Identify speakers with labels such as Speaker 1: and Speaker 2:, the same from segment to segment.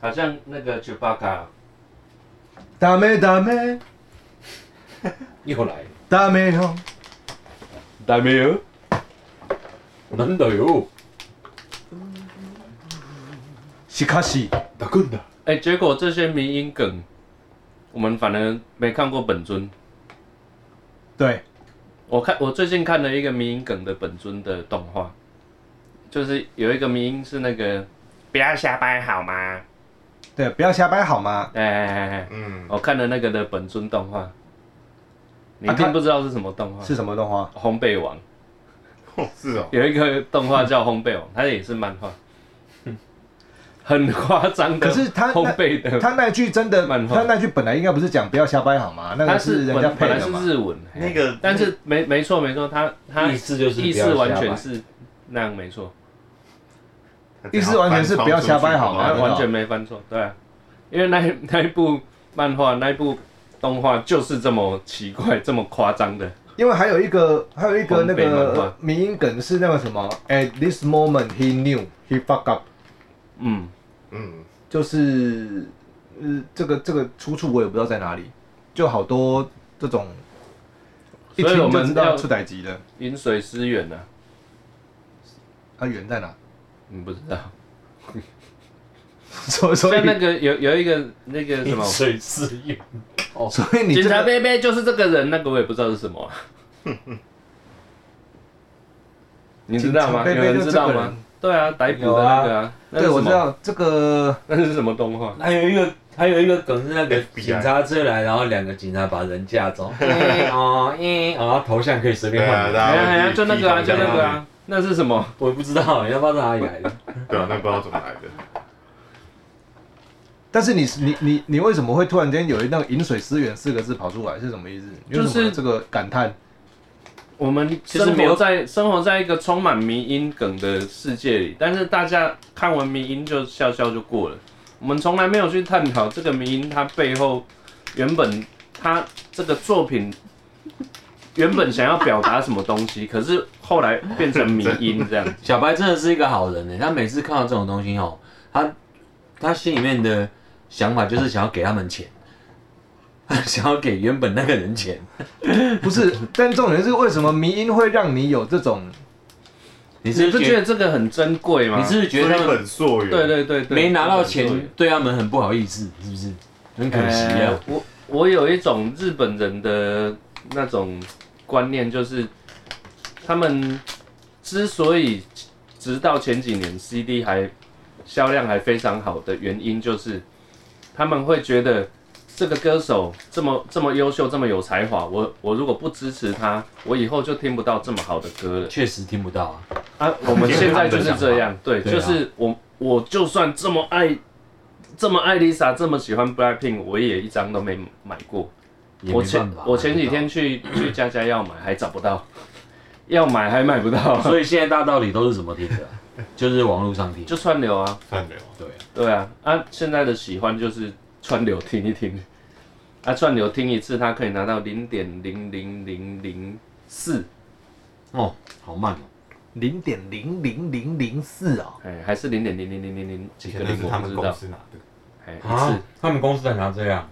Speaker 1: 好像那个 c h e b a c a
Speaker 2: ダメダメ
Speaker 3: 又来了。
Speaker 2: ダメよ
Speaker 1: ダメよ。
Speaker 3: なんだよ。
Speaker 2: しかし
Speaker 3: だくんだ。
Speaker 1: 哎、结果这些民音梗，我们反而没看过本尊。
Speaker 2: 对
Speaker 1: 我看我最近看了一个民音梗的本尊的动画，就是有一个民音是那个不要瞎掰好吗？
Speaker 2: 对，不要瞎掰好吗？
Speaker 1: 哎哎哎哎，
Speaker 3: 嗯，
Speaker 1: 我看了那个的本尊动画，你一
Speaker 2: 啊啊他
Speaker 1: 定不知道是什么动画？
Speaker 2: 是什么动画？
Speaker 1: 烘焙王
Speaker 3: 是哦。
Speaker 1: 有一个动画叫烘焙王，它也是漫画，很夸张的，
Speaker 2: 嗯可是啊它那
Speaker 1: 烘焙的
Speaker 2: 他那句真的，
Speaker 1: 漫画
Speaker 2: 他那句本来应该不是讲不要瞎掰好吗？那
Speaker 1: 它
Speaker 2: 个是人家
Speaker 1: 本
Speaker 2: 配
Speaker 1: 本来
Speaker 2: 的
Speaker 1: 是
Speaker 2: 嘛。
Speaker 1: 日文，
Speaker 3: 那个
Speaker 1: 但是没没错没错，它它
Speaker 3: 意思就是
Speaker 1: 意思完全是那样没错，
Speaker 2: 意思完全是不要瞎掰好
Speaker 1: 它
Speaker 2: 吗啊
Speaker 1: 完全没犯错，对啊，因为那一那一部漫画那一部动画就是这么奇怪这么夸张的，
Speaker 2: 因为还有一个，还有一个那
Speaker 1: 烘焙漫
Speaker 2: 个
Speaker 1: 画
Speaker 2: 呃民音梗是那个什么，at this moment he knew he fuck up，
Speaker 1: 嗯，
Speaker 3: 嗯，
Speaker 2: 就是呃这个这个出处我也不知道在哪里，就好多这种一
Speaker 1: 所以我
Speaker 2: 听就
Speaker 1: 们
Speaker 2: 知道
Speaker 1: 要
Speaker 2: 出歹集的，
Speaker 1: 饮水思源啊，
Speaker 2: 它源啊在哪？
Speaker 1: 你不知道，
Speaker 2: 所以所以
Speaker 1: 像那个有有一个那个什么。
Speaker 3: 水自用。
Speaker 2: 所以你
Speaker 1: 警
Speaker 2: 这
Speaker 1: 察
Speaker 2: 个
Speaker 1: 贝贝就是这个人，那个我也不知道是什 么啊、你知道吗？
Speaker 2: 警察贝
Speaker 1: 有
Speaker 2: 贝
Speaker 1: 人
Speaker 2: 就是
Speaker 1: 知
Speaker 2: 这个
Speaker 1: 道
Speaker 2: 人
Speaker 1: 吗？对啊，逮捕的那个啊，那是
Speaker 2: 对我
Speaker 1: 什么
Speaker 2: 知，道这个
Speaker 1: 那是什么动画？
Speaker 4: 还有一个，还有一个梗是那个
Speaker 3: FBI
Speaker 4: 警察追来，然后两个警察把人架 走，嗯哦，嗯然后头像可以随便
Speaker 3: 对啊，
Speaker 4: 换的。
Speaker 1: 哎呀哎
Speaker 3: 大
Speaker 1: 呀，
Speaker 3: 家
Speaker 1: 就那个啊，就那个啊，那是什么？
Speaker 4: 我也不知道，要不知道哪里来的。
Speaker 3: 对啊，那不知道怎么来的。
Speaker 2: 但是你你你你为什么会突然间有一那个“饮水思源”四个字跑出来是什么意思？你为什么
Speaker 1: 就是
Speaker 2: 有这个感叹，
Speaker 1: 我们
Speaker 4: 其实
Speaker 1: 生
Speaker 4: 没
Speaker 1: 活
Speaker 4: 有
Speaker 1: 在生活在一个充满迷音梗的世界里，但是大家看完迷音就笑笑就过了。我们从来没有去探讨这个迷音它背后原本它这个作品原本想要表达什么东西， 可是后来变成迷音这样。
Speaker 4: 小白真的是一个好人呢，欸他每次看到这种东西哦，他他心里面的想法就是想要给他们钱， 想要给原本那个人钱。
Speaker 2: 不是， 但重点是为什么迷音会让你有这种？
Speaker 4: 你
Speaker 1: 你
Speaker 4: 是
Speaker 1: 不
Speaker 4: 不是
Speaker 1: 觉
Speaker 4: 觉
Speaker 1: 得这个很珍贵
Speaker 4: 得
Speaker 1: 吗？
Speaker 4: 你是不是觉得他
Speaker 3: 追
Speaker 4: 们
Speaker 3: 本溯源。
Speaker 1: 对对对对，
Speaker 4: 没拿
Speaker 1: 这
Speaker 4: 到
Speaker 1: 个很
Speaker 4: 钱
Speaker 1: 对，
Speaker 4: 对他们很不好意思，是不是？很可惜
Speaker 1: 呃
Speaker 4: 啊。
Speaker 1: 我我有一种日本人的那种观念，就是他们之所以直到前几年 CD 还销量还非常好的原因，就是他们会觉得这个歌手这么这么优秀，这么有才华，我我如果不支持他，我以后就听不到这么好的歌了。
Speaker 4: 确实听不到啊。
Speaker 1: 啊， 我们现在就是这样，对，
Speaker 4: 对啊
Speaker 1: 就是我我就算这么爱这么爱 Lisa，这么喜欢 Blackpink，我也一张都没买过。
Speaker 4: 也
Speaker 1: 我
Speaker 4: 没
Speaker 1: 前
Speaker 4: 办法啊
Speaker 1: 我前几
Speaker 4: 买
Speaker 1: 天去去佳佳要买，还找不到，要买还买不
Speaker 4: 不到，
Speaker 1: 到，
Speaker 4: 所以现在大道理都是怎么听的啊？就是网络 上听。
Speaker 1: 就串流啊，
Speaker 3: 看没有。
Speaker 4: 对啊，
Speaker 1: 对啊，啊，现在的喜欢就是串流听一听，啊，串流听一次，它可以拿到零点零零零零四，
Speaker 4: 哦，好慢哦。
Speaker 2: 零点零零零零四啊！
Speaker 1: 哎，还是零点零零零零零几
Speaker 3: 以
Speaker 1: 个
Speaker 3: 前那
Speaker 1: 零，
Speaker 3: 是
Speaker 1: 我
Speaker 3: 他
Speaker 1: 不
Speaker 3: 们
Speaker 1: 知
Speaker 3: 公
Speaker 1: 道，
Speaker 3: 司拿的，
Speaker 1: 哎，一次
Speaker 4: 啊，他们公司在拿这样？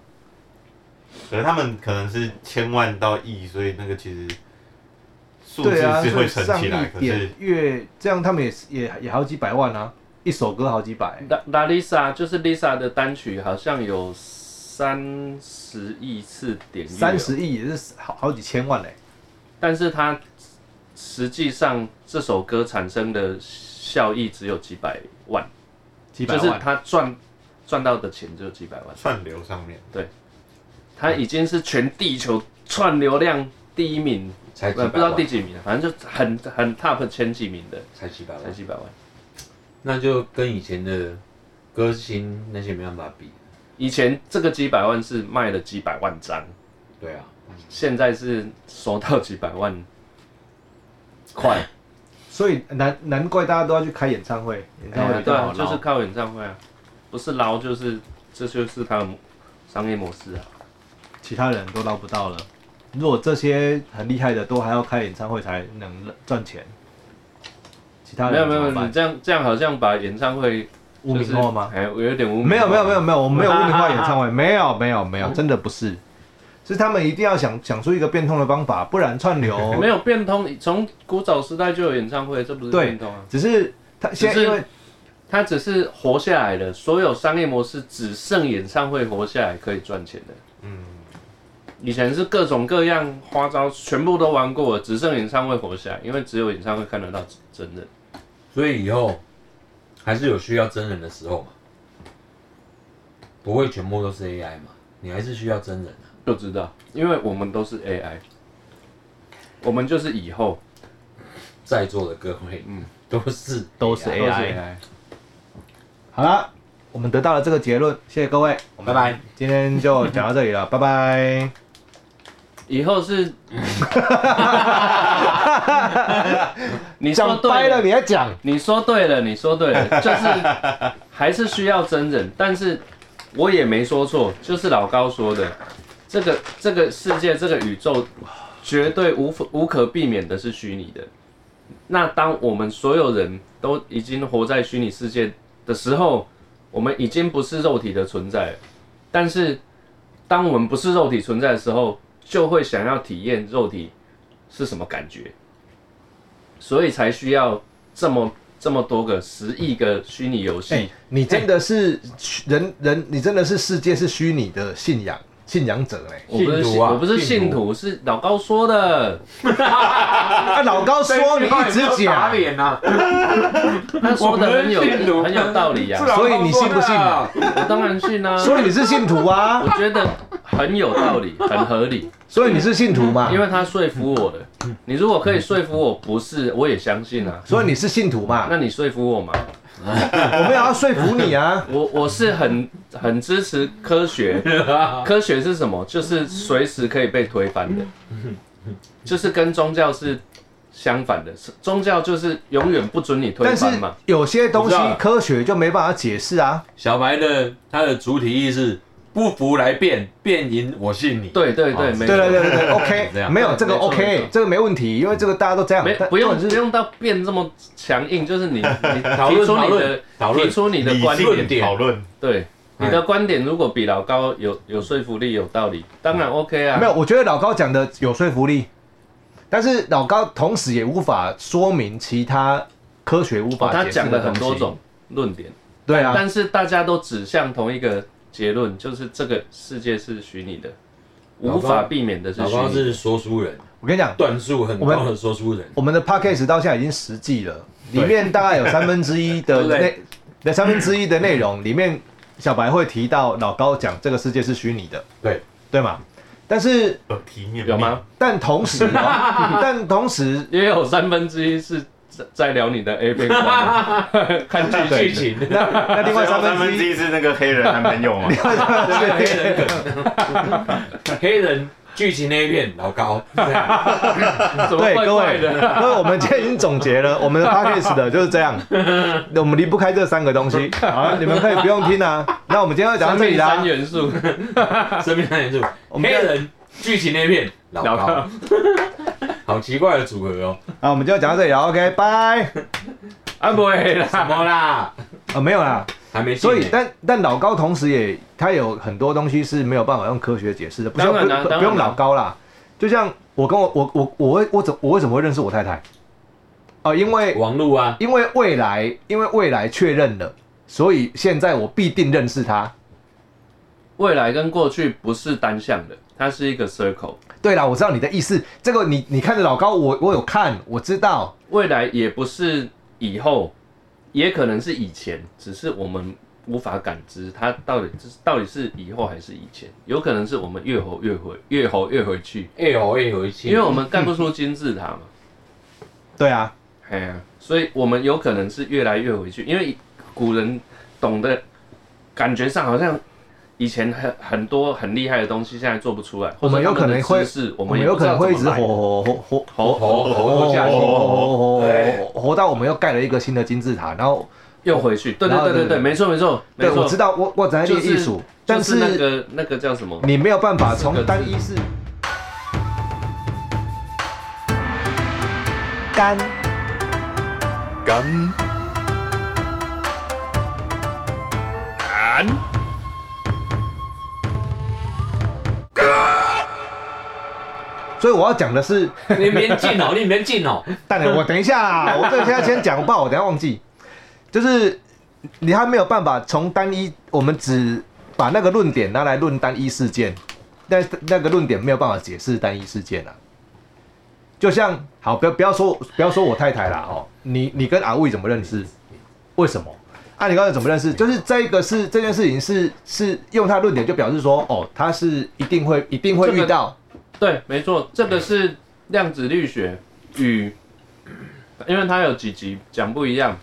Speaker 3: 可是他们可能是千万到亿，所以那个其实数字
Speaker 2: 对啊，
Speaker 3: 是会
Speaker 2: 所
Speaker 3: 乘
Speaker 2: 以上
Speaker 3: 起来，
Speaker 2: 一
Speaker 3: 可是
Speaker 2: 点月这样，他们也是也也好几百万啊，一首歌好几百。
Speaker 1: La La Lisa 就是 Lisa 的单曲，好像有三十亿次点阅，哦
Speaker 2: 三，十亿也是好好几千万嘞、
Speaker 1: 但是它实际上这首歌产生的效益只有几百万，
Speaker 2: 几百
Speaker 1: 就是
Speaker 2: 万。
Speaker 1: 他赚赚到的钱只有几百万，
Speaker 3: 串流上面
Speaker 1: 他已经是全地球串流量第一名，
Speaker 4: 才
Speaker 1: 呃，不知道第几名了，反正就很很 top 前几名的，
Speaker 4: 才几百
Speaker 1: 才
Speaker 4: 万，
Speaker 1: 几百万。
Speaker 4: 那就跟以前的歌星那些没办法比。
Speaker 1: 以前这个几百万是卖了几百万张，
Speaker 4: 对啊，
Speaker 1: 现在是收到几百万块。
Speaker 2: 所以难难怪大家都要去开演唱会，演唱
Speaker 1: 哎
Speaker 2: 会
Speaker 1: 呀
Speaker 2: 比
Speaker 1: 对
Speaker 2: 较
Speaker 1: 啊
Speaker 2: 好，
Speaker 1: 就是
Speaker 2: 捞。
Speaker 1: 靠演唱会啊，不是捞就是这就是他的商业模式啊。
Speaker 2: 其他人都捞不到了。如果这些很厉害的都还要开演唱会才能赚钱，其他人
Speaker 1: 没有没
Speaker 2: 怎
Speaker 1: 有，
Speaker 2: 么办
Speaker 1: 你这样这样好像把演唱会
Speaker 2: 污名化吗？
Speaker 1: 哎，我有点污名化。
Speaker 2: 没有没有没有没有，我们 没有污名化演唱
Speaker 1: 会。
Speaker 2: 会，没有没有没有，真的不是，是他们一定要想想出一个变通的方法，不然串流
Speaker 1: 没有变通，从古早时代就有演唱会，这不是
Speaker 2: 对
Speaker 1: 变通啊。
Speaker 2: 只是他现在
Speaker 1: 只是
Speaker 2: 因为
Speaker 1: 它只是活下来了，所有商业模式只剩演唱会活下来可以赚钱的。
Speaker 3: 嗯，
Speaker 1: 以前是各种各样花招，全部都玩过了，只剩演唱会活下来，因为只有演唱会看得到真人。
Speaker 4: 所以以后还是有需要真人的时候嘛，不会全部都是 AI 嘛，你还是需要真人啊。
Speaker 1: 就知道，因为我们都是 AI，我们就是以后
Speaker 4: 在座的各位，
Speaker 1: 嗯
Speaker 4: 嗯， 都
Speaker 2: 哎
Speaker 4: 是
Speaker 2: 都是
Speaker 1: 都是
Speaker 2: AI 好了，我们得到了这个结论，谢谢各位，我们
Speaker 4: 拜拜，
Speaker 2: 今天就讲到这里了，拜拜。
Speaker 1: 以后 是，你说
Speaker 2: 讲
Speaker 1: 对
Speaker 2: 掰了，
Speaker 1: 了，
Speaker 2: 你还讲，
Speaker 1: 你说对了，你说对了，就是还是需要真人，但是我也没说错，就是老高说的，这个这个世界这个宇宙绝对无无可避免的是虚拟的。那当我们所有人都已经活在虚拟世界的时候，我们已经不是肉体的存在了。但是，当我们不是肉体存在的时候，就会想要体验肉体是什么感觉，所以才需要这么这么多个十亿个虚拟游戏。
Speaker 2: 哎、你真的是人人，你真的是世界是虚拟的信仰信仰者哎、
Speaker 1: 我不是
Speaker 4: 信徒啊
Speaker 1: 我不是
Speaker 4: 信
Speaker 1: 信
Speaker 4: 徒
Speaker 1: 徒，是老高说的。
Speaker 2: 啊，老高说你一直啊讲，
Speaker 4: 脸呐，
Speaker 1: 他说的很有
Speaker 4: 我不是信徒
Speaker 1: 很有道理呀、
Speaker 2: 啊所以你信不信啊
Speaker 1: 我当然信啊，
Speaker 2: 所以你是信徒啊
Speaker 1: 我，觉得很有道理，很合理，
Speaker 2: 所以你是信徒嘛，
Speaker 1: 因为他说服我了。你如果可以说服我不是，我也相信啊。
Speaker 2: 所以你是信徒嘛，
Speaker 1: 那你说服我嘛？
Speaker 2: 我没有要说服你啊。
Speaker 1: 我我是很很支持科学，科学是什么？就是随时可以被推翻的，就是跟宗教是相反的。是宗教就是永远不准你推
Speaker 2: 但是
Speaker 1: 翻嘛。
Speaker 2: 有些东
Speaker 4: 我
Speaker 2: 西
Speaker 4: 知道了
Speaker 2: 科学就没办法解释啊。
Speaker 4: 小白的他的主体意识不服来辩，辩赢我信你。
Speaker 1: 对对对，
Speaker 4: 哦
Speaker 1: 没
Speaker 2: 对
Speaker 1: 错
Speaker 2: 对对对对
Speaker 4: 这
Speaker 2: ，OK，
Speaker 4: 样
Speaker 2: 没有这个
Speaker 1: 没错没
Speaker 2: OK，
Speaker 1: 错
Speaker 2: 这个没问题，因为这个大家都这样
Speaker 1: 没，
Speaker 2: 啊但
Speaker 1: 不用
Speaker 2: 重点
Speaker 1: 不
Speaker 2: 是
Speaker 1: 用到变这么强硬，就是你 你
Speaker 4: 讨
Speaker 1: 提
Speaker 4: 论
Speaker 1: 出
Speaker 4: 讨
Speaker 1: 你
Speaker 4: 论
Speaker 1: 的
Speaker 4: 讨
Speaker 1: 提
Speaker 4: 论，
Speaker 1: 出你的观
Speaker 4: 理性
Speaker 1: 点，
Speaker 4: 点
Speaker 3: 讨论，
Speaker 1: 对
Speaker 4: 哎
Speaker 1: 你的观点如果比老高有有说服力有道理，当然 OK 啊。
Speaker 2: 没有，我觉得老高讲的有说服力，但是老高同时也无法说明其他科学无
Speaker 1: 哦，
Speaker 2: 法
Speaker 1: 他
Speaker 2: 解释
Speaker 1: 讲
Speaker 2: 的
Speaker 1: 了很
Speaker 2: 东
Speaker 1: 多
Speaker 2: 西
Speaker 1: 种，论点，
Speaker 2: 对啊，
Speaker 1: 但是大家都指向同一个结论，就是这个世界是虚拟的，
Speaker 4: 老高
Speaker 1: 无法避免的是
Speaker 4: 老
Speaker 1: 虚
Speaker 4: 高
Speaker 1: 拟。
Speaker 4: 是说书人，
Speaker 2: 我跟你讲，
Speaker 4: 段数很
Speaker 2: 我
Speaker 4: 高的
Speaker 2: 们
Speaker 4: 说书人。
Speaker 2: 我们的 podcast 到现在已经十季了，里
Speaker 4: 对
Speaker 2: 面大概有三分之一的
Speaker 4: 对不对
Speaker 2: 内，那三分之一的内容里面，小白会提到老高讲这个世界是虚拟的，
Speaker 4: 对
Speaker 2: 对吗？但是
Speaker 3: 有体面
Speaker 1: 有吗？？
Speaker 2: 但同时哦、但同时
Speaker 1: 也有三分之一是在在聊你的 A 片 观，看
Speaker 2: 对
Speaker 1: 剧情。
Speaker 4: 情
Speaker 2: 那那另 外
Speaker 3: 最
Speaker 2: 三
Speaker 3: 后三
Speaker 2: 分
Speaker 3: 分
Speaker 2: 之
Speaker 3: 之
Speaker 2: 一
Speaker 3: 一是那个黑人男朋友吗？
Speaker 4: 黑人梗，黑人剧情那一片老高，这样
Speaker 1: 怎么
Speaker 2: 对
Speaker 1: 怪
Speaker 2: 各
Speaker 1: 怪
Speaker 2: 位，
Speaker 1: 的？
Speaker 2: 各位，我们今天已经总结了，我们的 podcast 的就是这样，我们离不开这三个东西。好了，你们可以不用听啊。那我们今天就讲
Speaker 1: 生
Speaker 2: 到这里
Speaker 1: 命
Speaker 2: 啦
Speaker 1: 三。元素，
Speaker 4: 生命三元素，
Speaker 2: 我
Speaker 4: 黑
Speaker 2: 们就
Speaker 4: 人剧情那一片老
Speaker 1: 老
Speaker 4: 高
Speaker 1: 高，
Speaker 4: 好奇怪的组合哦，
Speaker 2: 啊，我们就讲到这里了。OK，拜。
Speaker 1: 安啊不会啦。
Speaker 4: 什么啦？
Speaker 2: 啊，没有啦。
Speaker 4: 还没进
Speaker 2: 所
Speaker 4: 呢，
Speaker 2: 以，但但老高同时也，他有很多东西是没有办法用科学解释的，不需要
Speaker 1: 当然啦
Speaker 2: 不
Speaker 1: 当然啦
Speaker 2: 不用老高啦。就像我跟我我我我为我怎我为什么会认识我太太？哦，因为
Speaker 4: 网路啊，
Speaker 2: 因为未来因为未来确认了，所以现在我必定认识她。
Speaker 1: 未来跟过去不是单向的，它是一个 circle。
Speaker 2: 对啦，我知道你的意思。这个你你看着老高，我我有看，我知道。
Speaker 1: 未来也不是以后，也可能是以前，只是我们无法感知它到底是到底是以后还是以前，有可能是我们越活越回越活越回去，
Speaker 4: 哎呦哎呦，一起
Speaker 1: 因为我们干不出金字塔嘛。
Speaker 2: 嗯对啊，
Speaker 1: 哎呀、所以我们有可能是越来越回去，因为古人懂得感觉上好像以前很很多很厉害的东西，现在做不出来，
Speaker 2: 我们有可能
Speaker 1: 或者他们的
Speaker 2: 会
Speaker 1: 知识我
Speaker 2: 我
Speaker 1: 们
Speaker 2: 们
Speaker 1: 也
Speaker 2: 有
Speaker 1: 不知
Speaker 2: 可
Speaker 1: 道怎么
Speaker 2: 能会一直
Speaker 1: 来
Speaker 2: 活活活活
Speaker 1: 活
Speaker 4: 活
Speaker 1: 活
Speaker 4: 活不下去
Speaker 2: 活，活活
Speaker 4: 对
Speaker 2: 活活到我们又盖了一个新的金字塔，然后
Speaker 1: 又回去，对对
Speaker 2: 然后
Speaker 1: 对对
Speaker 2: 对
Speaker 1: 对，没错没错没
Speaker 2: 对
Speaker 1: 错，
Speaker 2: 我知道我我在练艺术，但
Speaker 1: 就是
Speaker 2: 是
Speaker 1: 那个那个叫什么？
Speaker 2: 你没有办法从单一是干
Speaker 5: 感恩。
Speaker 2: 所以我要讲的是，
Speaker 4: 你免进哦，你免进哦。
Speaker 2: 蛋了，我等一下 啦，我这个现在先讲，不好，我等一下忘记。就是你还没有办法从单一，我们只把那个论点拿来论单一事件，但那个论点没有办法解释单一事件啊。就像好，不要不要说不要说我太太啦哦，你你跟阿卫怎么认识？为什么？啊，你刚才怎么认识？就是这个是这件事情是是用他论点就表示说，哦，他是一定会一定会
Speaker 1: 这个
Speaker 2: 遇到，
Speaker 1: 对，没错，这个是量子力学与，因为它有几集讲不一样，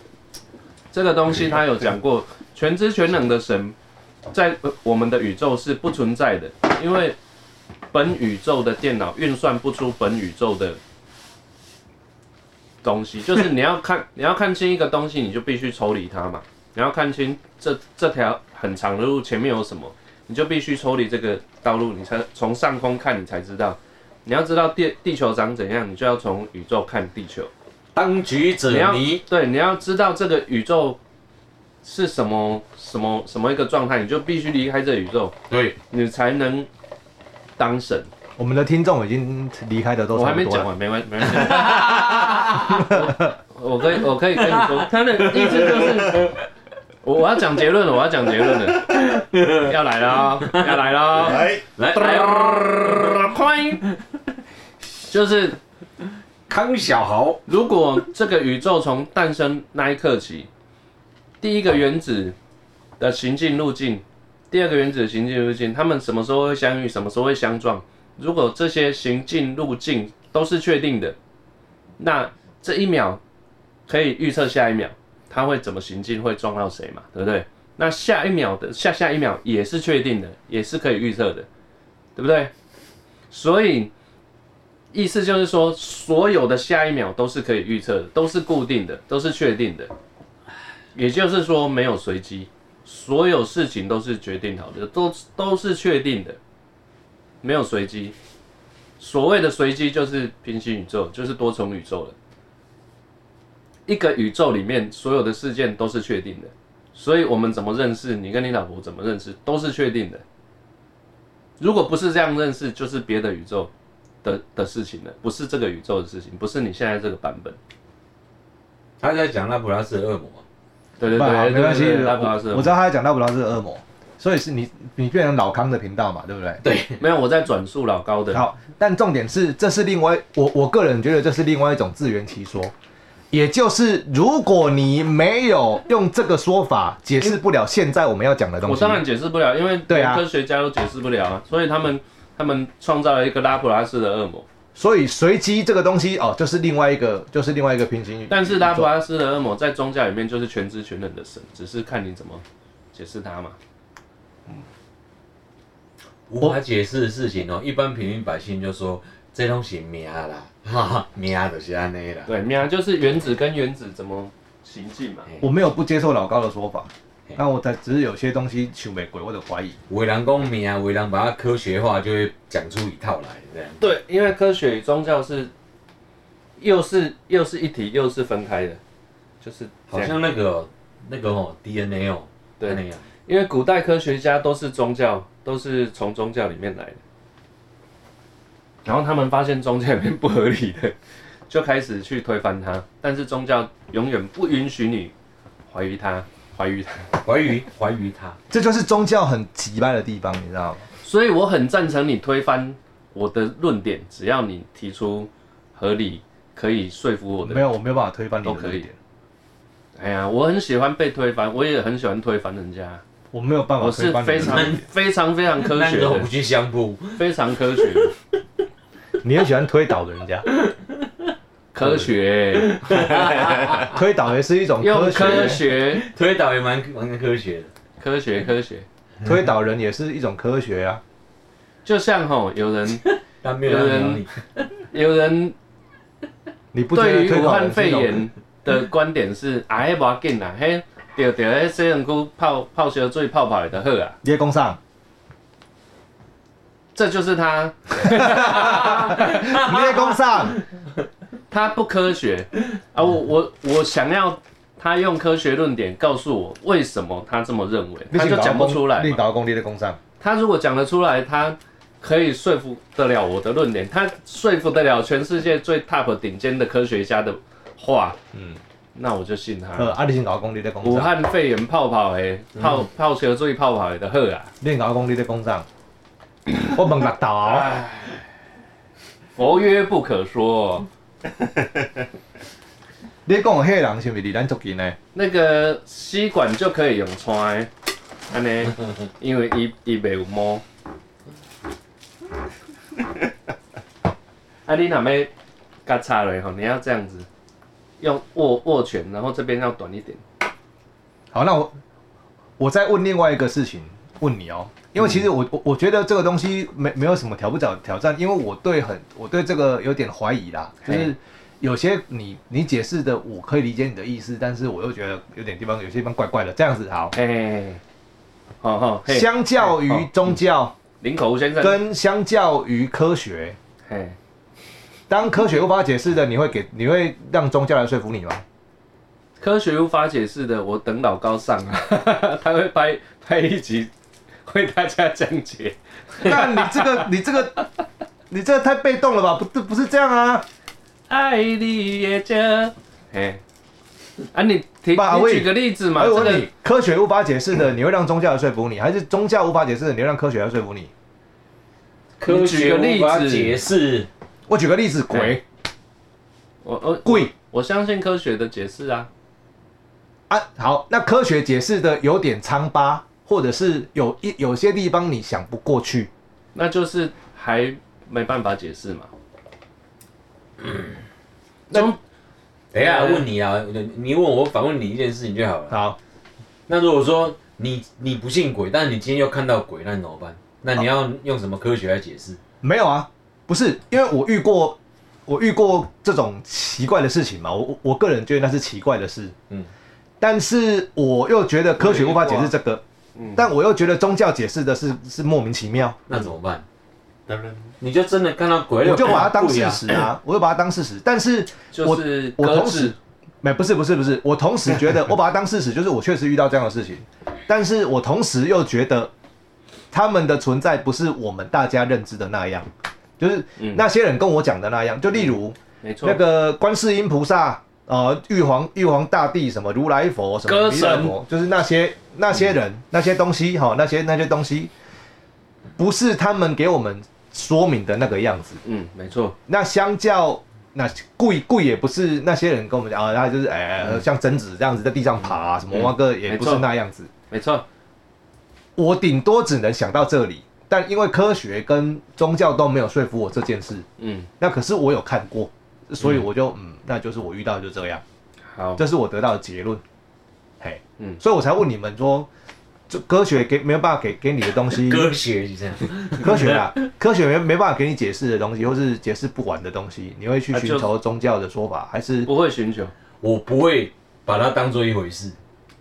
Speaker 1: 这个东西它有讲过，全知全能的神在呃我们的宇宙是不存在的，因为本宇宙的电脑运算不出本宇宙的东西，就是你要看 你要看清一个东西，你就必须抽离它嘛，你要看清这这条很长的路前面有什么。你就必须抽离这个道路，你才从上空看，你才知道。你要知道地地球长怎样，你就要从宇宙看地球。
Speaker 4: 当局者
Speaker 1: 你要
Speaker 4: 迷，
Speaker 1: 对，你要知道这个宇宙是什么什么什么一个状态，你就必须离开这宇宙，
Speaker 4: 对，
Speaker 1: 你才能当神。
Speaker 2: 我们的听众已经离开的都
Speaker 1: 我
Speaker 2: 差
Speaker 1: 还
Speaker 2: 不
Speaker 1: 没
Speaker 2: 多
Speaker 1: 讲
Speaker 2: 了。
Speaker 1: 完，没关 没关系。我我可以我可以跟你说，他的意思就是， 我我要讲结论了，我要讲结论了， 要来了哦，要来了哦。
Speaker 3: 哎，
Speaker 4: 来
Speaker 1: 哎
Speaker 4: 来，
Speaker 1: 呦哐就是
Speaker 4: 康小豪，
Speaker 1: 如果这个宇宙从诞生那一刻起，第一个原子的行进路径，第二个原子的行进路径，它们什么时候会相遇，什么时候会相撞？如果这些行进路径都是确定的，那这一秒可以预测下一秒它会怎么行进，会撞到谁嘛，对不对？那下一秒的下下一秒也是确定的，也是可以预测的，对不对？所以意思就是说，所有的下一秒都是可以预测的，都是固定的，都是确定的。也就是说，没有随机，所有事情都是决定好的，都都是确定的，没有随机。所谓的随机就是平行宇宙，就是多重宇宙了。一个宇宙里面所有的事件都是确定的，所以我们怎么认识，你跟你老婆怎么认识，都是确定的。如果不是这样认识，就是别的宇宙。的的事情了，不是这个宇宙的事情，不是你现在这个版本。
Speaker 4: 他在讲拉普拉斯的恶魔，
Speaker 1: 对对
Speaker 2: 不好，
Speaker 1: 对，
Speaker 2: 没关系
Speaker 1: 对对对拉普拉，
Speaker 2: 我
Speaker 1: 斯
Speaker 2: 我知道他在讲拉普拉斯的恶魔，所以是你你变成老康的频道嘛，对不对？
Speaker 4: 对，
Speaker 1: 没有，我在转述老高的。
Speaker 2: 好，但重点是，这是另外我我个人觉得这是另外一种自圆其说，也就是如果你没有用这个说法解释不了现在我们要讲的东
Speaker 1: 我
Speaker 2: 西
Speaker 1: 当，然解释不了，因为
Speaker 2: 对啊
Speaker 1: 科学家都解释不了啊，所以他们他们创造了一个拉普拉斯的恶魔。
Speaker 2: 所以随机这个东西哦，就是另外一个就是另外一个平行宇宙。
Speaker 1: 但是拉普拉斯的恶魔在宗教里面就是全知全能的神，只是看你怎么解释它嘛。
Speaker 4: 无法解释的事情哦，一般平民百姓就说这东西命啦，哈哈，命就是安尼啦。
Speaker 1: 对，喵，就是原子跟原子怎么行进嘛。
Speaker 2: 我没有不接受老高的说法，那我才只是有些东西求美鬼或者怀疑。
Speaker 4: 有的人讲命，有的人把它科学化，就会讲出一套来这样。
Speaker 1: 对，因为科学与宗教是又是又是一体又是分开的，就是这
Speaker 4: 好
Speaker 1: 样。
Speaker 4: 像那个哦那个哦 DNA 哦，
Speaker 1: 对
Speaker 4: 那样。
Speaker 1: 因为古代科学家都是宗教，都是从宗教里面来的，然后他们发现宗教里面不合理的，就开始去推翻它。但是宗教永远不允许你怀疑它，怀疑它。
Speaker 4: 怀疑怀疑他，
Speaker 2: 这就是宗教很奇怪的地方，你知道吗？
Speaker 1: 所以我很赞成你推翻我的论点，只要你提出合理可以说服我的
Speaker 2: 没有，我没有办法推翻你的
Speaker 1: 都可以
Speaker 2: 论点，
Speaker 1: 哎呀，我很喜欢被推翻，我也很喜欢推翻人家。
Speaker 2: 我没有办法
Speaker 1: 我
Speaker 2: 推
Speaker 1: 是
Speaker 2: 翻你的
Speaker 1: 非
Speaker 2: 论
Speaker 1: 常
Speaker 2: 点。
Speaker 1: 非常非常科
Speaker 4: 那
Speaker 1: 学
Speaker 4: 个我
Speaker 1: 的，
Speaker 4: 去相扑，
Speaker 1: 非常科学的，
Speaker 2: 你很喜欢推倒人 家，
Speaker 1: 科学，
Speaker 2: 推倒也是一种
Speaker 1: 用
Speaker 2: 科
Speaker 1: 科
Speaker 2: 学，
Speaker 1: 学，
Speaker 4: 推导也蛮蛮科学的。
Speaker 1: 科 学，科学。
Speaker 2: 推倒人也是一种科学啊。
Speaker 1: 就像吼，有人
Speaker 4: 但没有人鸟你，
Speaker 1: 有人
Speaker 2: 你不觉
Speaker 1: 对
Speaker 2: 得
Speaker 1: 于
Speaker 2: 推
Speaker 1: 武
Speaker 2: 倒
Speaker 1: 汉
Speaker 2: 人是
Speaker 1: 肺
Speaker 2: 一种
Speaker 1: 炎的观点是啊，迄无要紧啦，迄着着迄洗身躯泡泡烧水泡泡就好啊，
Speaker 2: 叶公 上？
Speaker 1: 这就是他
Speaker 2: 叶公上，
Speaker 1: 它不科 学啊！我我我想要他用科学论点告诉我为什么他这么认为， 他就讲不出来
Speaker 2: 你
Speaker 1: 嘛。
Speaker 2: 搞工地的工伤，
Speaker 1: 他如果讲得出来，他可以说服得了我的论点，他说服得了全世界最 top 顶尖的科学家的话，
Speaker 2: 嗯，
Speaker 1: 那我就信他。
Speaker 2: 呃，啊，你先搞工地的工
Speaker 1: 嗯武
Speaker 2: 伤，
Speaker 1: 汉肺炎泡泡的泡泡球最泡泡的好啊！
Speaker 2: 你搞工地的工伤，我问六道，哦
Speaker 1: 哎佛曰不可说。
Speaker 2: 你讲迄个人是毋是离咱足近的？
Speaker 1: 那个吸管就可以用穿的，安尼，因为伊伊袂有毛。啊，你若要夹叉落吼，你要这样子，用握握拳，然后这边要短一点。
Speaker 2: 好，那我我再问另外一个事情，问你哦，因为其实
Speaker 1: 嗯
Speaker 2: 我我我觉得这个东西没没有什么挑不挑挑战，因为我对很我对这个有点怀疑啦，就
Speaker 1: 嘿
Speaker 2: 是有些你你解释的我可以理解你的意思，但是我又觉得有点地方有些地方怪怪的，这样子好。
Speaker 1: 嘿嘿嘿，好好嗯嘿，
Speaker 2: 相较于宗教
Speaker 1: 林口吴先生，
Speaker 2: 跟相较于科学，
Speaker 1: 嘿，
Speaker 2: 当科学无法解释的，你会给你会让宗教来说 服你吗？
Speaker 1: 科学无法解释的，我等老高上啊， 他会拍拍一集为大家讲解。
Speaker 2: 那你这个你这个你这个太被动了吧？不不不是这样啊。
Speaker 1: 爱你也这，嘿，啊你提
Speaker 2: 爸
Speaker 1: 你
Speaker 2: 喂
Speaker 1: 举个例子嘛，
Speaker 2: 哎，
Speaker 1: 这
Speaker 2: 我问
Speaker 1: 个
Speaker 2: 你，科学无法解 释的，你会让宗教来说服你，还是宗教无法解释的，你会让科学来说服你？
Speaker 4: 科学
Speaker 1: 你举
Speaker 4: 无
Speaker 1: 个
Speaker 4: 法
Speaker 1: 例子
Speaker 4: 解释，
Speaker 2: 我举个例子，
Speaker 1: 哎
Speaker 2: 鬼
Speaker 1: 我我
Speaker 2: 贵
Speaker 1: 我相信科学的解释啊，
Speaker 2: 啊，好，那科学解释的有点苍巴，或者是有一有些地方你想不过去，
Speaker 1: 那就是还没办法解释嘛。中
Speaker 4: 等一下
Speaker 1: 呃
Speaker 4: 问你啊，你问我，我反问你一件事情就好了。
Speaker 2: 好，
Speaker 4: 那如果说你你不信鬼，但你今天又看到鬼，那你怎么办？那你要用什么科学来解释？
Speaker 2: 没有啊，不是，因为我遇过，我遇过这种奇怪的事情嘛，我我我个人觉得那是奇怪的事，
Speaker 4: 嗯，
Speaker 2: 但是我又觉得科学无法解释这个，
Speaker 1: 嗯
Speaker 2: 但我又觉得宗教解释的是是莫名其妙，
Speaker 4: 那怎么办？
Speaker 3: 当然
Speaker 4: 你就真的看到
Speaker 1: 哎
Speaker 4: 鬼了，
Speaker 2: 我就把它当
Speaker 4: 鬼
Speaker 2: 事
Speaker 4: 啊。
Speaker 2: 实啊，我就把它当事实，但是
Speaker 1: 就是
Speaker 2: 我
Speaker 1: 搁
Speaker 2: 同时
Speaker 1: 置，
Speaker 2: 没不是不是不是，我同时 觉得我把它当事实，就是我确实遇到这样的事情，但是我同时又觉得他们的存在不是我们大家认知的那样，就是
Speaker 1: 嗯
Speaker 2: 那些人跟我讲的那样，就例如
Speaker 1: 没错
Speaker 2: 那，个观世音菩萨。呃，玉皇玉皇大帝什么如来佛什么
Speaker 1: 歌
Speaker 2: 弥勒
Speaker 1: 神
Speaker 2: 佛，就是那些那些人、那些东西哈、那些那些东西，不是他们给我们说明的那个样子。
Speaker 1: 嗯，没错，
Speaker 2: 那相较那故意故意也不是那些人跟我们讲啊，他就是哎、像贞子这样子在地上爬、啊、什么，
Speaker 1: 嗯
Speaker 2: 那个也
Speaker 1: 没
Speaker 2: 不是
Speaker 1: 错
Speaker 2: 那样子。
Speaker 1: 没错，
Speaker 2: 我顶多只能想到这里，但因为科学跟宗教都没有说服我这件事，
Speaker 1: 嗯，
Speaker 2: 那可是我有看过，所以我就嗯，那就是我遇到的就这样，
Speaker 1: 好，
Speaker 2: 这是我得到的结论。嘿，
Speaker 1: 嗯
Speaker 2: 所以我才问你们说，这科学给没有办法给给你的东 西，
Speaker 4: 科学就这样，
Speaker 2: 科学啊，科学没没办法给你解释的东西，或是解释不完的东西，你会去
Speaker 1: 啊就
Speaker 2: 寻求宗教的说法，还是
Speaker 1: 不会寻求，
Speaker 4: 我不会把它当做一回事，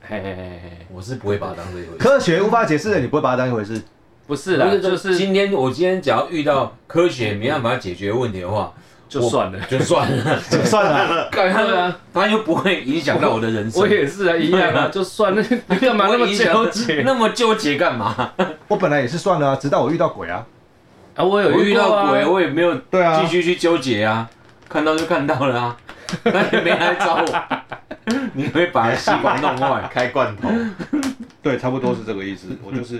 Speaker 1: 嘿嘿嘿嘿，嘿
Speaker 4: 我是不会把它当做一回事。
Speaker 2: 科学无法解释的，你不会把它当一回事。
Speaker 1: 不是啦，
Speaker 4: 不
Speaker 1: 就是
Speaker 4: 今天我今天只要遇到科学没办法解决问题的话，
Speaker 1: 就算了，
Speaker 4: 就算了，
Speaker 2: 就算了，
Speaker 4: 干
Speaker 1: 对啊
Speaker 4: 他他又不会影响到我的人生
Speaker 1: 我。也是啊，一样啊， 就算 了，你干嘛那么
Speaker 4: 不会影响
Speaker 1: 纠结？
Speaker 4: 那么纠结干嘛？
Speaker 2: 我本来也是算了啊，直到我遇到鬼啊。
Speaker 1: 啊，我
Speaker 4: 我
Speaker 1: 有
Speaker 4: 遇
Speaker 1: 遇过
Speaker 4: 到
Speaker 1: 啊
Speaker 4: 鬼，，我也没有
Speaker 2: 对啊
Speaker 4: 继续去纠结啊，看到就看到了 啊，他也没来找我，你会把吸管弄坏。
Speaker 3: 开罐头，
Speaker 2: 对，差不多是这个意思。我就是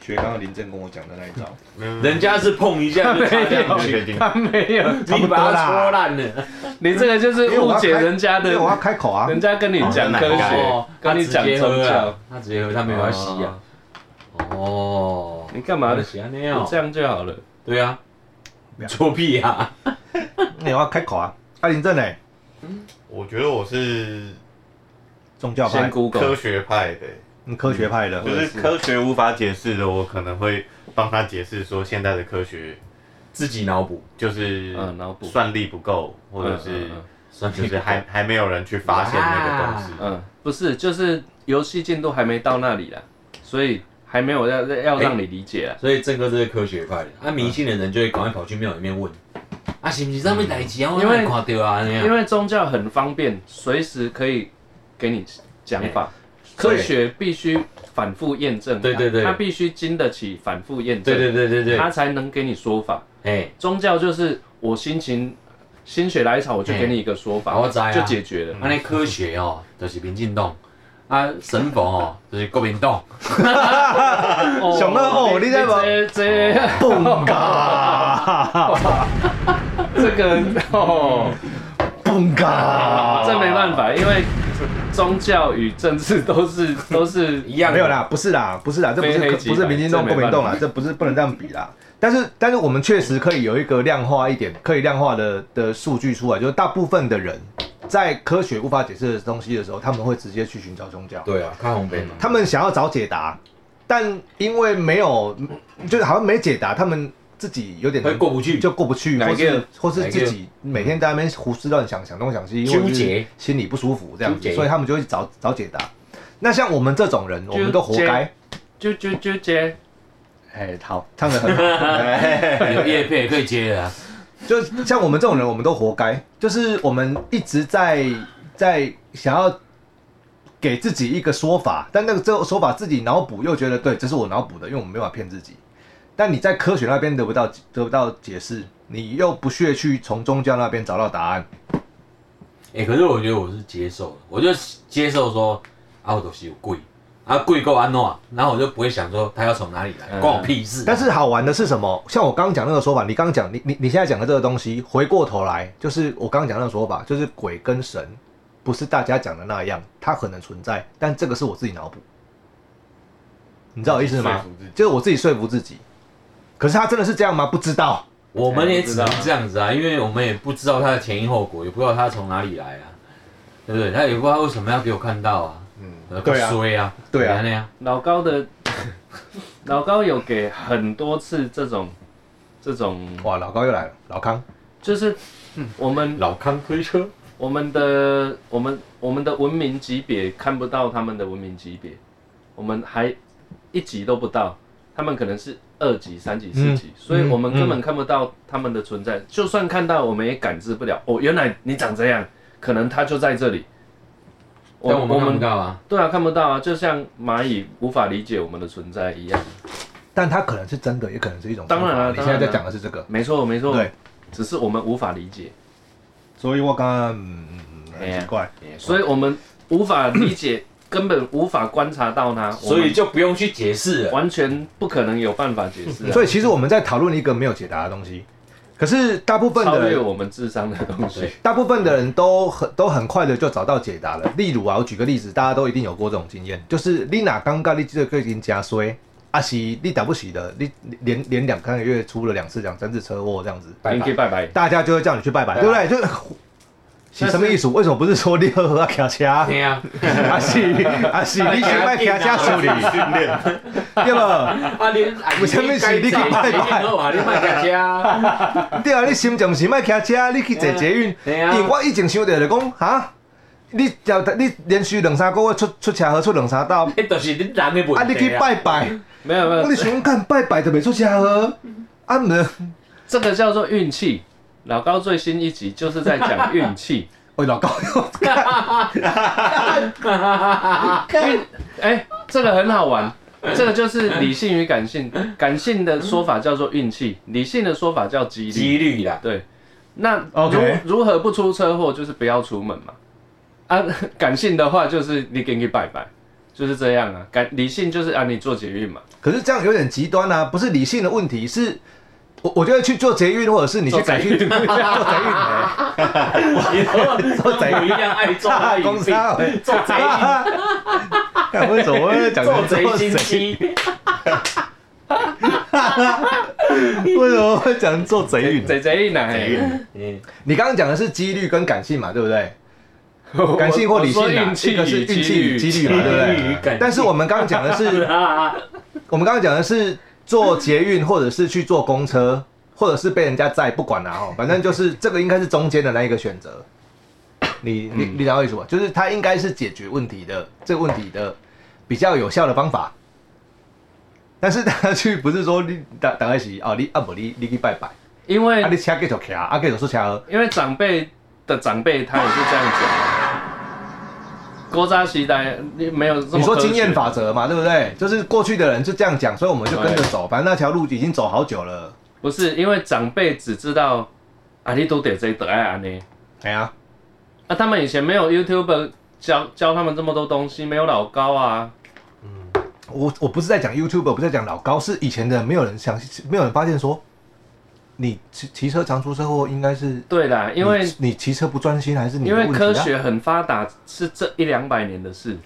Speaker 2: 学刚刚林正跟我讲的那一招。
Speaker 3: 没有没有
Speaker 4: 人家是碰一下就插
Speaker 3: 不
Speaker 4: 进
Speaker 3: 确
Speaker 4: 去，
Speaker 3: 定，
Speaker 1: 他 没有，
Speaker 2: 差不
Speaker 4: 你
Speaker 2: 多
Speaker 4: 把它
Speaker 2: 啦
Speaker 4: 戳烂了，
Speaker 1: 你这个就是
Speaker 2: 因为我
Speaker 1: 误
Speaker 2: 要
Speaker 1: 解
Speaker 2: 开
Speaker 1: 人家
Speaker 2: 因为我要
Speaker 1: 的，
Speaker 2: 开口啊，
Speaker 1: 人家跟你讲
Speaker 3: 哦
Speaker 1: 科
Speaker 3: 人家
Speaker 1: 学
Speaker 4: 哦，他
Speaker 1: 跟你
Speaker 4: 直
Speaker 1: 讲
Speaker 4: 接
Speaker 1: 宗
Speaker 4: 喝
Speaker 1: 教
Speaker 4: 啊，，他直接喝，他没有要吸啊。哦，
Speaker 1: 你干嘛呢？
Speaker 4: 吸啊那样哦？
Speaker 1: 这样就好了。
Speaker 4: 对啊，作弊啊！
Speaker 2: 你要开口啊。啊，林正呢？
Speaker 3: 我觉得我是
Speaker 2: 宗教
Speaker 1: 先
Speaker 2: 派，
Speaker 3: 科
Speaker 1: Google，
Speaker 3: 学派的、
Speaker 2: 嗯，科学派的
Speaker 3: 就
Speaker 1: 嗯。
Speaker 3: 是科学无法解释的，我可能会帮他解释说现在的科学
Speaker 4: 自己脑补，
Speaker 3: 就是
Speaker 1: 嗯脑补
Speaker 3: 算力不够，或者是
Speaker 1: 嗯嗯
Speaker 4: 算
Speaker 3: 就
Speaker 4: 你
Speaker 3: 是还还没有人去发现那个东西。
Speaker 1: 嗯嗯，不是，就是游戏进度还没到那里啦，所以还没有要要让你理解啊。
Speaker 4: 嗯所以郑哥这是科学派的，啊，迷信的人就会赶快跑去庙里面问，啊，啊是不是上面代志啊？我
Speaker 1: 因为
Speaker 4: 哪会看到啊，
Speaker 1: 因
Speaker 4: 因
Speaker 1: 为宗教很方便，随时可以给你讲法。科
Speaker 4: 对
Speaker 1: 学必须反复验证，
Speaker 4: 哎
Speaker 1: 啊
Speaker 4: 对对对
Speaker 1: 它必须经得起反复验证，
Speaker 4: 对对对对对，
Speaker 1: 它才能给你说法。
Speaker 4: 哎，
Speaker 1: 宗教就是我心情心血来潮，我就给你一个说法，
Speaker 4: 嘿哎我知啊
Speaker 1: 就解决了。
Speaker 4: 安尼科学哦，就是民进党，啊神佛哦，就是国民党，
Speaker 2: 想到哦你知道吗
Speaker 1: 这这
Speaker 2: 蹦嘎，
Speaker 1: 这个哦，
Speaker 2: 蹦嘎，
Speaker 1: 这没办法，因为宗教与政治都是都是
Speaker 4: 一样的
Speaker 2: 没有啦，不是啦，不是啦，这不
Speaker 1: 非黑
Speaker 2: 是
Speaker 1: 即
Speaker 2: 不是
Speaker 1: 白
Speaker 2: 民进动
Speaker 1: 这没
Speaker 2: 国民
Speaker 1: 办
Speaker 2: 动啦
Speaker 1: 法，
Speaker 2: 这不是不能这样比啦。但是但是我们确实可以有一个量化一点，可以量化的的数据出来，就是大部分的人在科学无法解释的东西的时候，他们会直接去寻找宗教，
Speaker 4: 对啊，看红边嘛，
Speaker 2: 他们想要找解答，但因为没有，就是好像没解答，他们自己有点
Speaker 4: 会过不去，
Speaker 2: 就过不去，
Speaker 1: 哪
Speaker 2: 或
Speaker 1: 一个
Speaker 2: 是或是
Speaker 4: 哪一个
Speaker 2: 自己每天在那边胡思乱想，想东想西，
Speaker 4: 纠
Speaker 2: 或
Speaker 4: 结
Speaker 2: 者是心里不舒服这样
Speaker 4: 纠
Speaker 2: 子，
Speaker 4: 结
Speaker 2: 所以他们就会找找解答。那像我们这种人，我们都活该，
Speaker 1: 就就就接，哎，好，
Speaker 2: 唱的很好。哎
Speaker 4: 有叶片也可以接的啊，
Speaker 2: 就像我们这种人，我们都活该，就是我们一直在在想要给自己一个说法，但那个这个说法自己脑补又觉得对，这是我脑补的，因为我们没办法骗自己。但你在科学那边得不到得不到解释，你又不屑去从宗教那边找到答案。
Speaker 4: 哎，可是我觉得我是接受的，我就接受说啊，我都是有贵。啊，贵够安诺啊，然后我就不会想说他要从哪里来，
Speaker 1: 嗯
Speaker 4: 关我屁事啊。
Speaker 2: 但是好玩的是什么？像我刚刚讲那个说法，你刚刚讲你你你现在讲的这个东西，回过头来就是我刚刚讲那个说法，就是鬼跟神不是大家讲的那样，它可能存在，但这个是我自己脑补。你知道我意思吗
Speaker 3: 自己说服自己？
Speaker 2: 就是我自己说服自己。可是他真的是这样吗？不知道。
Speaker 4: 我们也只能这样子啊，因为我们也不知道它的前因后果，也不知道它从哪里来啊，对不对？他也不知道为什么要给我看到啊，嗯，
Speaker 2: 对啊
Speaker 4: 衰啊，
Speaker 2: 对啊
Speaker 4: 那样
Speaker 1: 老高的老高有给很多次这种这种，
Speaker 2: 哇，老高又来了，老康。
Speaker 1: 就是我们
Speaker 4: 嗯老康推车，
Speaker 1: 我们的我们我们的文明级别看不到他们的文明级别，我们还一级都不到，他们可能是二级、三级、四级，
Speaker 2: 嗯
Speaker 1: 所以我们
Speaker 2: 嗯
Speaker 1: 根本看不到他们的存在。
Speaker 4: 嗯
Speaker 1: 就算看到，我们也感知不了。哦，原来你长这样，可能他就在这里。
Speaker 4: 但我们看不到啊，
Speaker 1: 对啊，看不到啊，就像蚂蚁无法理解我们的存在一样。
Speaker 2: 但他可能是真的，也可能是一种
Speaker 1: 当然
Speaker 2: 说法
Speaker 1: 啊
Speaker 2: 你
Speaker 1: 当
Speaker 2: 现
Speaker 1: 然
Speaker 2: 在在
Speaker 1: 啊
Speaker 2: 讲的是这个，
Speaker 1: 没错，没错，
Speaker 2: 对。
Speaker 1: 只是我们无法理解，
Speaker 2: 所以我刚刚嗯
Speaker 1: 哎
Speaker 2: 很
Speaker 1: 呀
Speaker 2: 奇怪，
Speaker 1: 所以我们无法理解，根本无法观察到它，
Speaker 4: 所以就不用去解释
Speaker 1: 我们
Speaker 4: 了。
Speaker 1: 完全不可能有办法解释、啊，
Speaker 2: 所
Speaker 1: 以
Speaker 2: 以其实我们在讨论一个没有解答的东西。可是大部分
Speaker 1: 超
Speaker 2: 的人
Speaker 1: 越我们智商的东西
Speaker 4: 对。
Speaker 2: 大部分的人都很都很快的就找到解答了。例如啊，我举个例子，大家都一定有过这种经验，就是你哪尴尬，你这个已经加衰，啊是你打不起的，你你连连两三个月出了两次两三次车祸这样子，
Speaker 1: 你可以拜拜，
Speaker 2: 大家就会叫你去拜拜，对
Speaker 4: 对
Speaker 2: 不
Speaker 4: 啊
Speaker 2: 对？就是。是什么意思？为什么不是说你喝喝啊 卡车，
Speaker 4: 对啊，
Speaker 2: 啊是啊是你去拜卡车处理，
Speaker 3: 训练，
Speaker 2: 对不？
Speaker 4: 啊你啊
Speaker 2: 为什么是你去拜拜
Speaker 4: 好 啊，你卖家家，
Speaker 2: 对啊，你心情是卖卡车，你去坐捷运。
Speaker 4: 对
Speaker 2: 因为
Speaker 4: 啊，
Speaker 2: 我以前想着就讲，哈，你就你连续两三个月出出车祸出两三道，
Speaker 4: 迄就是你人的
Speaker 2: 啊，
Speaker 4: 问
Speaker 2: 你
Speaker 4: 题
Speaker 2: 去
Speaker 4: 啊。
Speaker 2: 拜拜，
Speaker 1: 没有没
Speaker 2: 我
Speaker 1: 有
Speaker 2: 你，想看拜拜就袂出车祸，啊毋 是，
Speaker 1: 这个叫做运气。老高最新一集就是在讲运气，
Speaker 2: 喂老高，
Speaker 1: 运哎、这个很好玩，这个就是理性与感性，感性的说法叫做运气，理性的说法叫几率。
Speaker 4: 几率啦，
Speaker 1: 对，那如
Speaker 2: OK
Speaker 1: 如何不出车祸，就是不要出门嘛。啊， 感性的话就是你给你拜拜，就是这样啊。感理性就是啊，你做捷运嘛，
Speaker 2: 可是这样有点极端啊，不是理性的问题，是我我觉得去做捷运或者是你去改去做捷运，哎
Speaker 4: 你说
Speaker 2: 做贼
Speaker 4: 不一样爱做
Speaker 2: 哈
Speaker 4: 爱
Speaker 2: 哈， 公
Speaker 4: 隐
Speaker 2: 司
Speaker 4: 蔽，做贼心，
Speaker 2: 啊，为什么会讲
Speaker 4: 做
Speaker 2: 成
Speaker 4: 贼心
Speaker 2: 做贼？
Speaker 4: 机。
Speaker 2: 为什么会讲成做贼运？啊
Speaker 1: 贼贼一男
Speaker 3: 贼 运
Speaker 4: 嗯
Speaker 2: 你刚刚讲的是几率跟感性嘛，对不对？感性或理性
Speaker 1: 我说
Speaker 2: 啊，
Speaker 1: 运气
Speaker 2: 一个
Speaker 1: 与
Speaker 2: 是运气与
Speaker 1: 几率
Speaker 2: 几率嘛，对不
Speaker 4: 几率与感
Speaker 2: 对
Speaker 4: 性？
Speaker 2: 但是我们刚刚讲的是，
Speaker 4: 啊
Speaker 2: 我们刚刚讲的是坐捷运或者是去坐公车，或者是被人家载，不管啦、哦，反正就是这个应该是中间的那一个选择。你你
Speaker 1: 嗯
Speaker 2: 你了解什么？就是它应该是解决问题的这个问题的比较有效的方法。 但是他去不是说你打打开洗哦，你啊不你你去拜拜，
Speaker 1: 因为
Speaker 2: 啊，你车继续骑，啊，继续说车好。
Speaker 1: 因为长辈的长辈他也是这样讲，啊勾扎西代没有这么
Speaker 2: 你说
Speaker 1: 科学
Speaker 2: 经验法则嘛，对不对？就是过去的人就这样讲，所以我们就跟着走。反正那条路已经走好久了。
Speaker 1: 不是因为长辈只知道啊，你都得这得爱安呢，
Speaker 2: 哎呀，
Speaker 1: 啊，他们以前没有 YouTube 教教他们这么多东西，没有老高啊，
Speaker 3: 嗯，
Speaker 2: 我我不是在讲 YouTube，我不是在讲老高，是以前的没有人想，没有人发现说，你骑骑车常出车祸，应该是
Speaker 1: 对啦，因为
Speaker 2: 你你骑车不专心还是你的
Speaker 1: 因为
Speaker 2: 问题啊
Speaker 1: 科学很发达是这一两百年的事，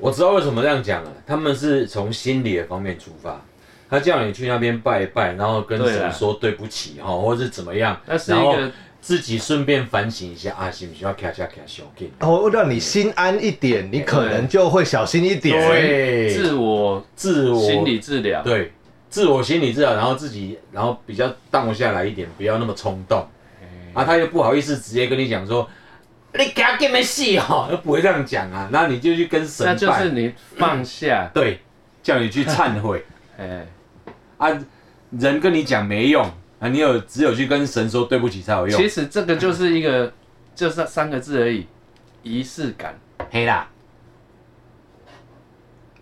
Speaker 4: 我知道为什么这样讲了，啊他们是从心理的方面出发，他叫你去那边拜一拜，然后跟
Speaker 1: 对
Speaker 4: 神
Speaker 1: 啦
Speaker 4: 说对不起 哈，或是怎么样，
Speaker 1: 那是一
Speaker 4: 然后
Speaker 1: 个
Speaker 4: 自己顺便反省一下啊，是不是要卡下卡小劲？
Speaker 2: 哦，让你心安一点，你可能就会小心一点。
Speaker 4: 对，
Speaker 1: 自我
Speaker 4: 自我
Speaker 1: 心理治疗，
Speaker 4: 对自我心理治疗，然后自己然后比较荡下来一点，不要那么冲动
Speaker 1: 哎
Speaker 4: 啊，他又不好意思直接跟你讲说。你给他给没戏哦，又 不会这样讲啊，那你就去跟神拜，
Speaker 1: 那就是你放下，
Speaker 4: 对，叫你去忏 悔，
Speaker 1: 哎，
Speaker 4: 啊，人跟你讲没用啊，你有只有去跟神说对不起才有
Speaker 1: 其
Speaker 4: 用。
Speaker 1: 实这个就是一个就是三个字而已，仪式感。
Speaker 4: 黑啦，哦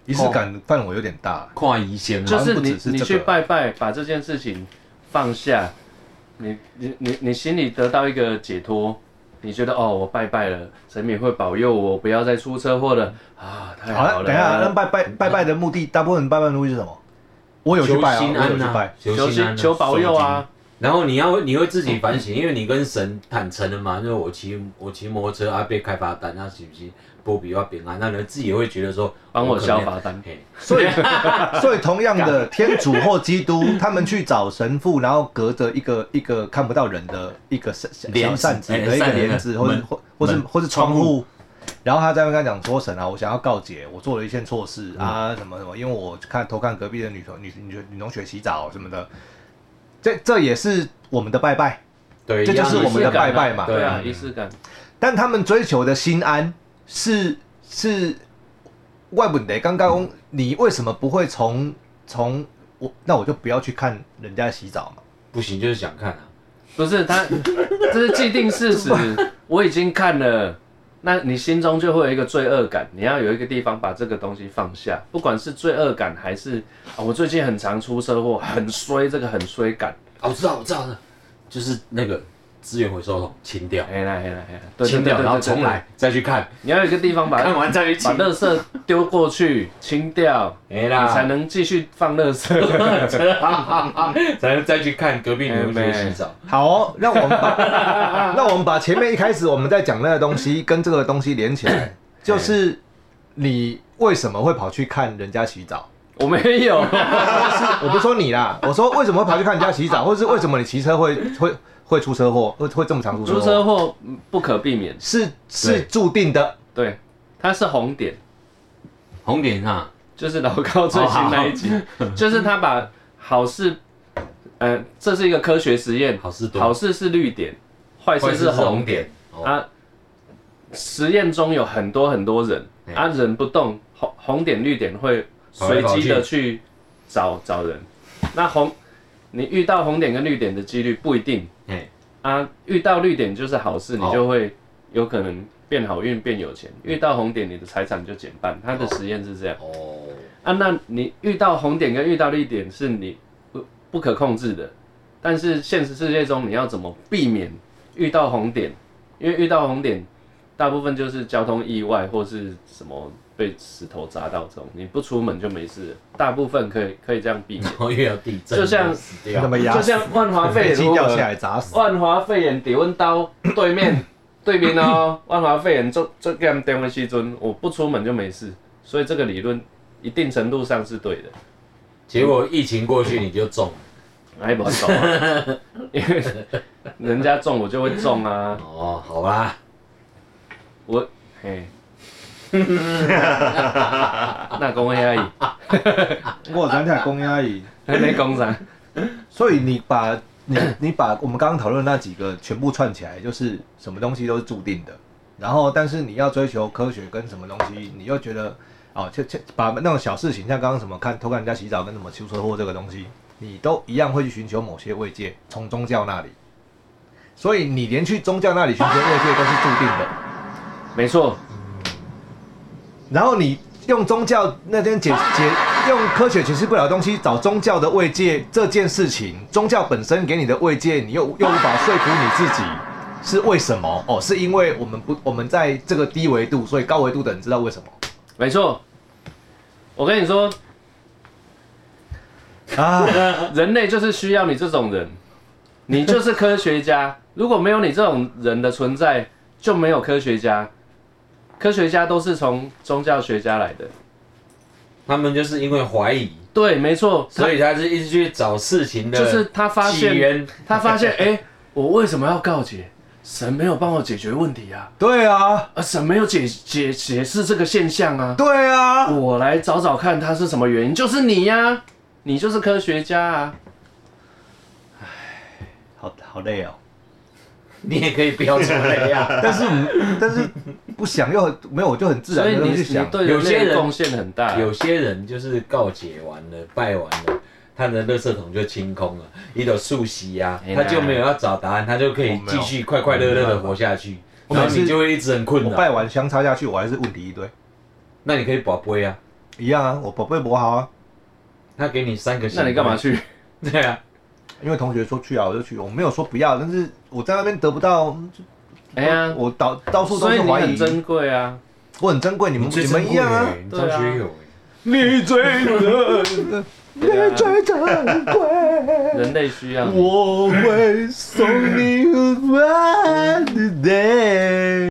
Speaker 2: 仪
Speaker 1: 哦
Speaker 2: 式感范围有点大，
Speaker 4: 跨疑仙
Speaker 1: 就
Speaker 4: 嘛，
Speaker 1: 是
Speaker 2: 嗯好像不
Speaker 1: 你
Speaker 2: 只是
Speaker 1: 你
Speaker 2: 这
Speaker 1: 去
Speaker 2: 个
Speaker 1: 拜拜，把这件事情放下，你你你你心里得到一个解脱，你觉得哦，我拜拜了，神明会保佑我，不要再出车祸了啊！太
Speaker 2: 好
Speaker 1: 好
Speaker 2: 了，等一下，那
Speaker 1: 了，
Speaker 2: 拜拜拜拜的目的，大部分拜拜的目的是什么？我有去拜啊，
Speaker 4: 求
Speaker 2: 我
Speaker 4: 心
Speaker 2: 有
Speaker 4: 安
Speaker 2: 去
Speaker 4: 呐、
Speaker 2: 拜。
Speaker 1: 求
Speaker 4: 心安啊
Speaker 1: 求保佑！
Speaker 4: 诵
Speaker 1: 啊！
Speaker 4: 经然后你要你会自己反省，因为你跟神坦诚了嘛，就是我骑我骑摩托车啊被开罚单，那是不是波比要平安？那你自己也会觉得说
Speaker 1: 帮我消
Speaker 4: 可能
Speaker 1: 罚单
Speaker 4: 嘿
Speaker 2: 所 以，所以同样的，天主或基督，他们去找神父，然后隔着一个一个看不到人的一个小小
Speaker 4: 帘
Speaker 2: 小
Speaker 4: 子
Speaker 2: 扇子
Speaker 4: 哎
Speaker 2: 的一个
Speaker 4: 扇子
Speaker 2: 帘子，或是
Speaker 4: 门
Speaker 2: 或或是
Speaker 4: 门
Speaker 2: 或是窗
Speaker 4: 窗
Speaker 2: 户，然后他在那边跟他讲说：“神啊，我想要告解，我做了一件错事
Speaker 4: 嗯
Speaker 2: 啊，什么什么，因为我看偷看隔壁的女同女女女同学洗澡什么的。”这这也是我们的拜拜，
Speaker 4: 对，
Speaker 2: 这
Speaker 4: 一
Speaker 2: 就
Speaker 4: 样
Speaker 2: 是我们的拜拜嘛
Speaker 1: 对啊，
Speaker 4: 对
Speaker 1: 仪式感。
Speaker 2: 但他们追求的心安是是外本的。刚刚你为什么不会从从我那我就不要去看人家洗澡嘛？
Speaker 4: 不行，就是想看啊。
Speaker 1: 不是他， 这是既定事实，我已经看了。那你心中就会有一个罪恶感，你要有一个地方把这个东西放下，不管是罪恶感还是啊，我最近很常出车祸，很衰，这个很衰感。
Speaker 4: 啊，我知道，我知道，了，就是那个资源回收桶清掉，
Speaker 1: 哎来哎来哎来，对
Speaker 4: 清掉，
Speaker 1: 对对对
Speaker 4: 然后
Speaker 1: 对对啊
Speaker 4: 重来再去看，
Speaker 1: 你要有一个地方把
Speaker 4: 看完再去
Speaker 1: 把
Speaker 4: 清。
Speaker 1: 垃圾丢过去，清掉，
Speaker 4: 没
Speaker 1: 你
Speaker 4: 啦，
Speaker 1: 才能继续放垃圾。
Speaker 4: 才能再去看隔壁女同
Speaker 1: 哎
Speaker 4: 学洗澡。
Speaker 2: 好、哦，让我 们把让我们把前面一开始我们在讲那个东西跟这个东西连起来，就是你为什么会跑去看人家洗澡？
Speaker 1: 我没有，
Speaker 2: 我不说你啦，我说为什么会跑去看人家 洗澡，或者是为什么你骑车会会会出车祸，会会这么常出
Speaker 1: 出
Speaker 2: 车
Speaker 1: 车
Speaker 2: 祸？
Speaker 1: 祸不可避免，
Speaker 2: 是是
Speaker 4: 对
Speaker 2: 注定的，
Speaker 1: 对，它是红点。
Speaker 4: 红点啊，
Speaker 1: 就是老高最新那一集，就是他把好事，呃，这是一个科学实验，
Speaker 4: 好事多，
Speaker 1: 好事是绿点，坏事是红点
Speaker 4: 点。哦
Speaker 1: 啊。实验中有很多很多人
Speaker 4: 嗯
Speaker 1: 啊，人不动，红红点绿点会随机的去找找人。那红，你遇到红点跟绿点的几率不一定
Speaker 4: 哎，
Speaker 1: 啊，遇到绿点就是好事，
Speaker 4: 哦
Speaker 1: 你就会有可能变好运变有钱；遇到红点，你的财产就减半。他的
Speaker 4: 哦
Speaker 1: 实验是这样。
Speaker 4: 哦，
Speaker 1: 啊，那你遇到红点跟遇到绿点是你不不可控制的，但是现实世界中你要怎么避免遇到红点？因为遇到红点，大部分就是交通意外或是什么被石头砸到这种，你不出门就没事了，大部分可以可以这样避免。
Speaker 4: 然后又有地震，
Speaker 1: 就像
Speaker 4: 死
Speaker 2: 那
Speaker 4: 掉。
Speaker 2: 么压
Speaker 1: 就像万华肺
Speaker 2: 飞
Speaker 1: 炎
Speaker 2: 机
Speaker 1: 如
Speaker 2: 掉下
Speaker 1: 何，
Speaker 2: 来砸死。
Speaker 1: 万华肺炎底温刀对面对面哦，万华肺炎做做给他们电话西尊，我不出门就没事，所以这个理论一定程度上是对的。
Speaker 4: 结果疫情过去你就中了
Speaker 1: 哎，不中、啊，因为人家中我就会中啊，
Speaker 4: 哦，好吧，
Speaker 1: 我嘿，那讲遐伊，
Speaker 2: 我咱俩公鸭椅。
Speaker 1: 还没讲啥，
Speaker 2: 所以你把你你把我们刚刚讨论的那几个全部串起来，就是什么东西都是注定的。然后，但是你要追求科学跟什么东西，你又觉得哦，就就把那种小事情，像刚刚什么看偷看人家洗澡跟什么修车祸这个东西，你都一样会去寻求某些慰藉，从宗教那里。所以你连去宗教那里寻求慰藉都是注定的。
Speaker 1: 没错，
Speaker 2: 然后你用宗教那边解解用科学解释不了的东西，找宗教的慰藉这件事情，宗教本身给你的慰藉，你又又无法说服你自己是为什么？哦，是因为我们不我们在这个低维度，所以高维度的人知道为什么
Speaker 1: 没错。我跟你说，
Speaker 2: 啊？
Speaker 1: 人类就是需要你这种人，你就是科学家。如果没有你这种人的存在，就没有科学家。科学家都是从宗教学家来的。
Speaker 4: 他们就是因为怀疑，
Speaker 1: 对，没错，他
Speaker 4: 所以他是一直去找事情的，
Speaker 1: 就是他发
Speaker 4: 起
Speaker 1: 现，
Speaker 4: 源。
Speaker 1: 他发现，哎、我为什么要告解？神没有帮我解决问题啊，
Speaker 2: 对啊，
Speaker 1: 而神没有解解解释这个现象啊。
Speaker 2: 对啊，
Speaker 1: 我来找找看它是什么原因，就是你呀、你就是科学家啊。
Speaker 2: 好好累哦。
Speaker 4: 你也可以不要这么累 啊。
Speaker 2: 但是我们但是不想又很没有，我就很自
Speaker 1: 所
Speaker 2: 然
Speaker 1: 以
Speaker 2: 的
Speaker 1: 你
Speaker 2: 去
Speaker 1: 你
Speaker 2: 想。
Speaker 1: 对
Speaker 4: 有些
Speaker 1: 人类
Speaker 4: 人
Speaker 1: 贡献很大，
Speaker 4: 有些人就是告解完了、拜完了，他的垃圾桶就清空了，一有素席啊
Speaker 1: 哎，呀
Speaker 4: 他就没有要找答案，他就可以继续快快乐乐的活下去。
Speaker 2: 我没有我
Speaker 4: 然
Speaker 2: 每
Speaker 4: 后
Speaker 2: 次
Speaker 4: 你就会一直很困
Speaker 2: 我拜
Speaker 4: 扰。
Speaker 2: 完香插下去，我还是问题一堆，
Speaker 4: 那你可以保杯啊，
Speaker 2: 一样啊，我宝贝磨好啊，
Speaker 4: 他给你三个。
Speaker 1: 那你干嘛？去？
Speaker 4: 对啊，
Speaker 2: 因为同学说去啊，我就去，我没有说不要，但是我在那边得不到，
Speaker 1: 哎呀，
Speaker 2: 我到到处都
Speaker 1: 所以
Speaker 2: 是
Speaker 1: 你
Speaker 2: 怀
Speaker 1: 很
Speaker 2: 疑，
Speaker 1: 珍贵啊。
Speaker 2: 我很珍贵，你们你们一样啊，
Speaker 4: 欸你张学友哎，
Speaker 2: 你最珍，你
Speaker 1: 对啊啊
Speaker 2: 最珍贵，
Speaker 1: 人类需要你。
Speaker 2: 我会送你 one day。